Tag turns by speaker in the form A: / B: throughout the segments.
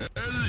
A: El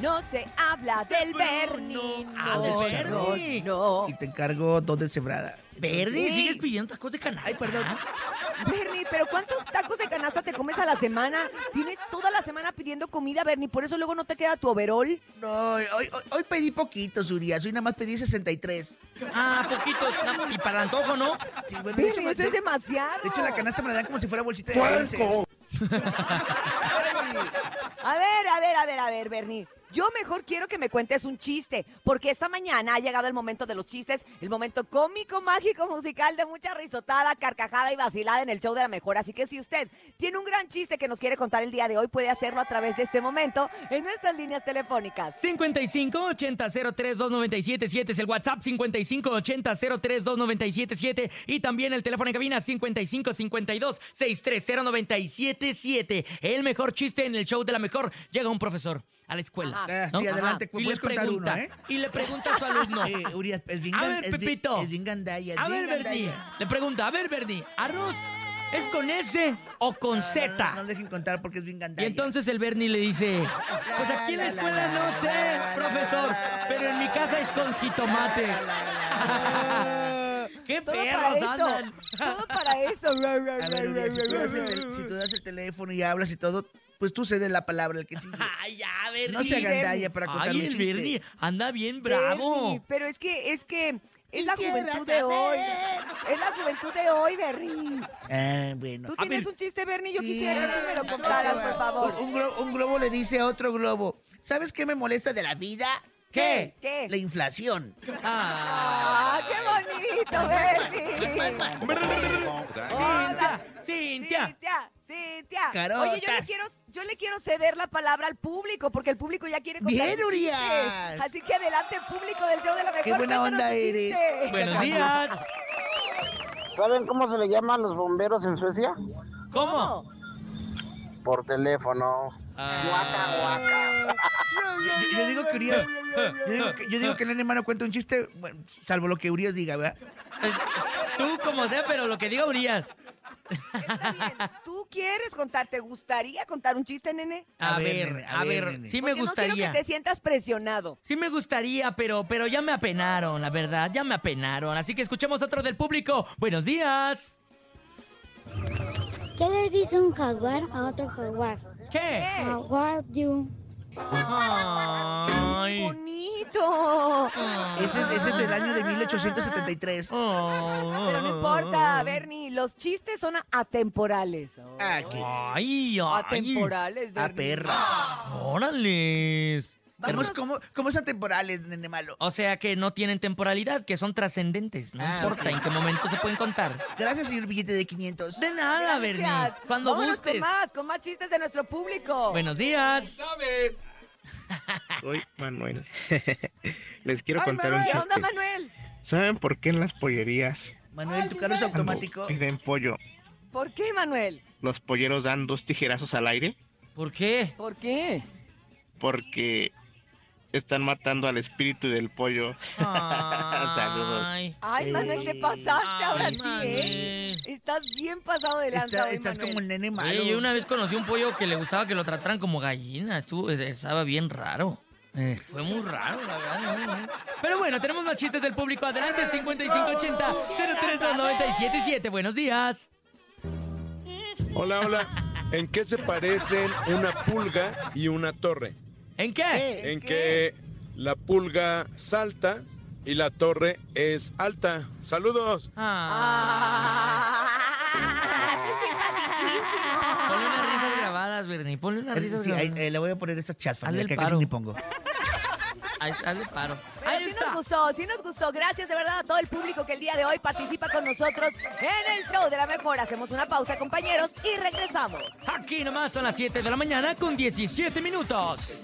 B: No se habla del Bernie.
C: Ah, del
B: no,
C: Bernie.
B: No,
D: Y
B: no.
D: te encargo dos de cebrada.
C: Verdi,
B: Sí.
C: sigues pidiendo tacos de canasta.
D: Ay, perdón.
B: Bernie, pero ¿cuántos tacos de canasta te comes a la semana? Tienes toda la semana pidiendo comida, Bernie, por eso luego no te queda tu overol.
D: No, hoy, hoy, hoy pedí poquito, Urias. Hoy nada más pedí 63.
C: Ah, poquito. na- Y para el antojo, ¿no?
D: Sí, bueno, de, hecho,
B: Bernie,
D: me-
B: eso
D: de-
B: es demasiado.
D: de hecho, la canasta me la dan como si fuera bolsita de dulces.
B: A ver, a ver, a ver, a ver, Bernie. Yo mejor quiero que me cuentes un chiste, porque esta mañana ha llegado el momento de los chistes, el momento cómico, mágico, musical de mucha risotada, carcajada y vacilada en el show de la mejor. Así que si usted tiene un gran chiste que nos quiere contar el día de hoy, puede hacerlo a través de este momento en nuestras líneas telefónicas.
C: 55-80-03-297-7 es el WhatsApp, 55-80-03-297-7 y también el teléfono en cabina 55-52-630-97-7. El mejor chiste en el show de la mejor. Llega un profesor a la escuela.
D: Ajá. Ah, sí, adelante,
C: y le
D: puedes contar
C: pregunta,
D: uno, ¿eh?
C: Y le pregunta a su alumno.
D: Eh, Urias, es bien
C: A
D: gan-
C: ver,
D: es bien-
C: Pepito.
D: es bien gandalla, es
C: A
D: bien
C: ver, Bernie.
D: gandalla.
C: Le pregunta, a ver, Bernie, ¿arroz es con S o con
D: No, no,
C: Z?
D: No, no dejen contar porque es bien
C: Y
D: gandalla.
C: entonces el Bernie le dice, pues aquí en la
D: la,
C: escuela
D: la,
C: no
D: la,
C: sé,
D: la,
C: profesor,
D: la,
C: pero en mi casa es con jitomate.
D: Ah,
C: ¡Qué
B: Todo
C: perros
B: para eso.
C: andan!
B: Todo para eso.
D: A ver, Urias, si tú, das el tel- si tú das el teléfono y hablas y todo, pues tú cedes la palabra al que sigue.
C: ¡Ay, ya, Bernie!
D: No se gandalla para contar
C: ¡Ay,
D: un
C: el
D: chiste.
C: Bernie anda bien
B: Bernie,
C: bravo!
B: pero es que, es que es la
D: Quisiera
B: juventud de hoy. Es la juventud de hoy, Bernie.
D: Ah, bueno.
B: Tú
C: A
B: tienes
C: ver.
B: un chiste, Bernie. Yo
D: Sí.
B: quisiera que tú me lo
D: Ahí te
B: contaras,
D: va.
B: por favor.
D: Un, un glo- un globo le dice a otro globo, ¿sabes qué me molesta de la vida?
C: ¿Qué?
B: ¿Qué?
D: La inflación.
B: ¡Ah, qué bonito,
D: Pues,
B: Bernie! Hola.
C: ¡Cintia! ¡Cintia!
B: Cintia, Cintia.
D: Carotas.
B: Oye, yo le, quiero, yo le quiero ceder la palabra al público porque el público ya quiere contar
D: Bien,
B: sus chistes.
D: Urias.
B: Así que adelante, público del show de la mejor.
D: Qué buena
B: cuéntanos
D: onda
B: tu
D: eres.
B: chiste.
C: ¡Buenos días!
E: ¿Saben cómo se le llama a los bomberos en Suecia?
C: ¿Cómo?
E: Por teléfono.
C: Ah,
D: Yo, yo digo que Urias, yo digo que, yo digo que el nene Mano cuenta un chiste, bueno, salvo lo que Urias diga, ¿verdad?
C: Tú como sea, pero lo que diga Urias.
B: Está bien. ¿Tú quieres contar? ¿Te gustaría contar un chiste, nene?
C: A,
D: A ver,
C: ver,
D: nene,
C: a
D: a ver,
C: ver,
D: nene.
C: sí me
B: Porque No
C: gustaría.
B: quiero que te sientas presionado.
C: Sí me gustaría, pero, pero ya me apenaron, la verdad, ya me apenaron. Así que escuchemos otro del público. Buenos días.
F: ¿Qué le dice un jaguar a otro jaguar?
C: ¿Qué?
B: ¡Eh!
F: How are you?
C: Ay.
B: ¡Bonito!
C: Ah.
D: Ese es, ese es del año de 1873.
C: Ah.
B: Ah, Pero no importa, Bernie. Los chistes son atemporales. Oh,
D: Ah, qué
C: Ay, ay.
B: Atemporales,
D: a
B: Bernie.
D: Ah,
B: Ah,
D: perra.
C: Órales.
D: ¿Cómo,
B: Vámonos.
D: es- cómo, cómo son temporales, nene malo?
C: O sea que no tienen temporalidad, que son trascendentes. No
D: Ah,
C: importa
D: ok.
C: en qué momento se pueden contar.
D: Gracias, señor billete de 500.
C: De nada,
B: Gracias.
C: Bernie. Cuando
B: Vámonos
C: gustes.
B: con más, con más chistes de nuestro público.
C: Buenos días.
G: Soy Manuel. Les quiero
D: Ay,
G: contar
D: Manuel,
G: un
B: ¿Qué
G: chiste.
B: onda, Manuel?
G: ¿Saben por qué en las pollerías
D: Manuel, tu carro es
G: cuando
D: automático.
G: piden pollo,
B: ¿Por qué, Manuel?
G: los polleros dan dos tijerazos al aire?
C: ¿Por qué?
B: ¿Por qué?
G: Porque están matando al espíritu del pollo. Saludos.
C: Ay.
B: Ay, Manuel, te
D: Eh,
B: pasaste ahora
C: ay,
B: sí, ¿eh?
C: Manuel.
B: Estás bien pasado de lanza
D: Está-
B: hoy,
D: estás como
B: Manuel.
D: el nene malo.
C: Oye, yo una vez conocí un pollo que le gustaba que lo trataran como gallina. Estuvo, eh, estaba bien raro.
D: Eh.
C: Fue muy raro, la verdad. no, no. Pero bueno, tenemos más chistes del público. Adelante, 5580-032977. Buenos días.
H: Hola, hola. ¿En qué se parecen una pulga y una torre?
C: ¿En qué?
H: En que la pulga salta y la torre es alta. Saludos.
C: Ah. Ponle unas risas grabadas, Bernie. Ponle unas risas
D: Sí, ahí,
C: grabadas.
D: eh, le voy a poner esta chaspa,
C: Hazle
D: la
C: el
D: que casi
C: paro.
D: ni pongo.
C: Ahí está, hazle paro.
B: Pero pues-
C: Ahí
B: sí nos
C: está.
B: gustó, sí nos gustó. Gracias de verdad a todo el público que el día de hoy participa con nosotros en el show de la mejor. Hacemos una pausa, compañeros, y regresamos.
C: Aquí nomás son las 7 de la mañana con 17 minutos.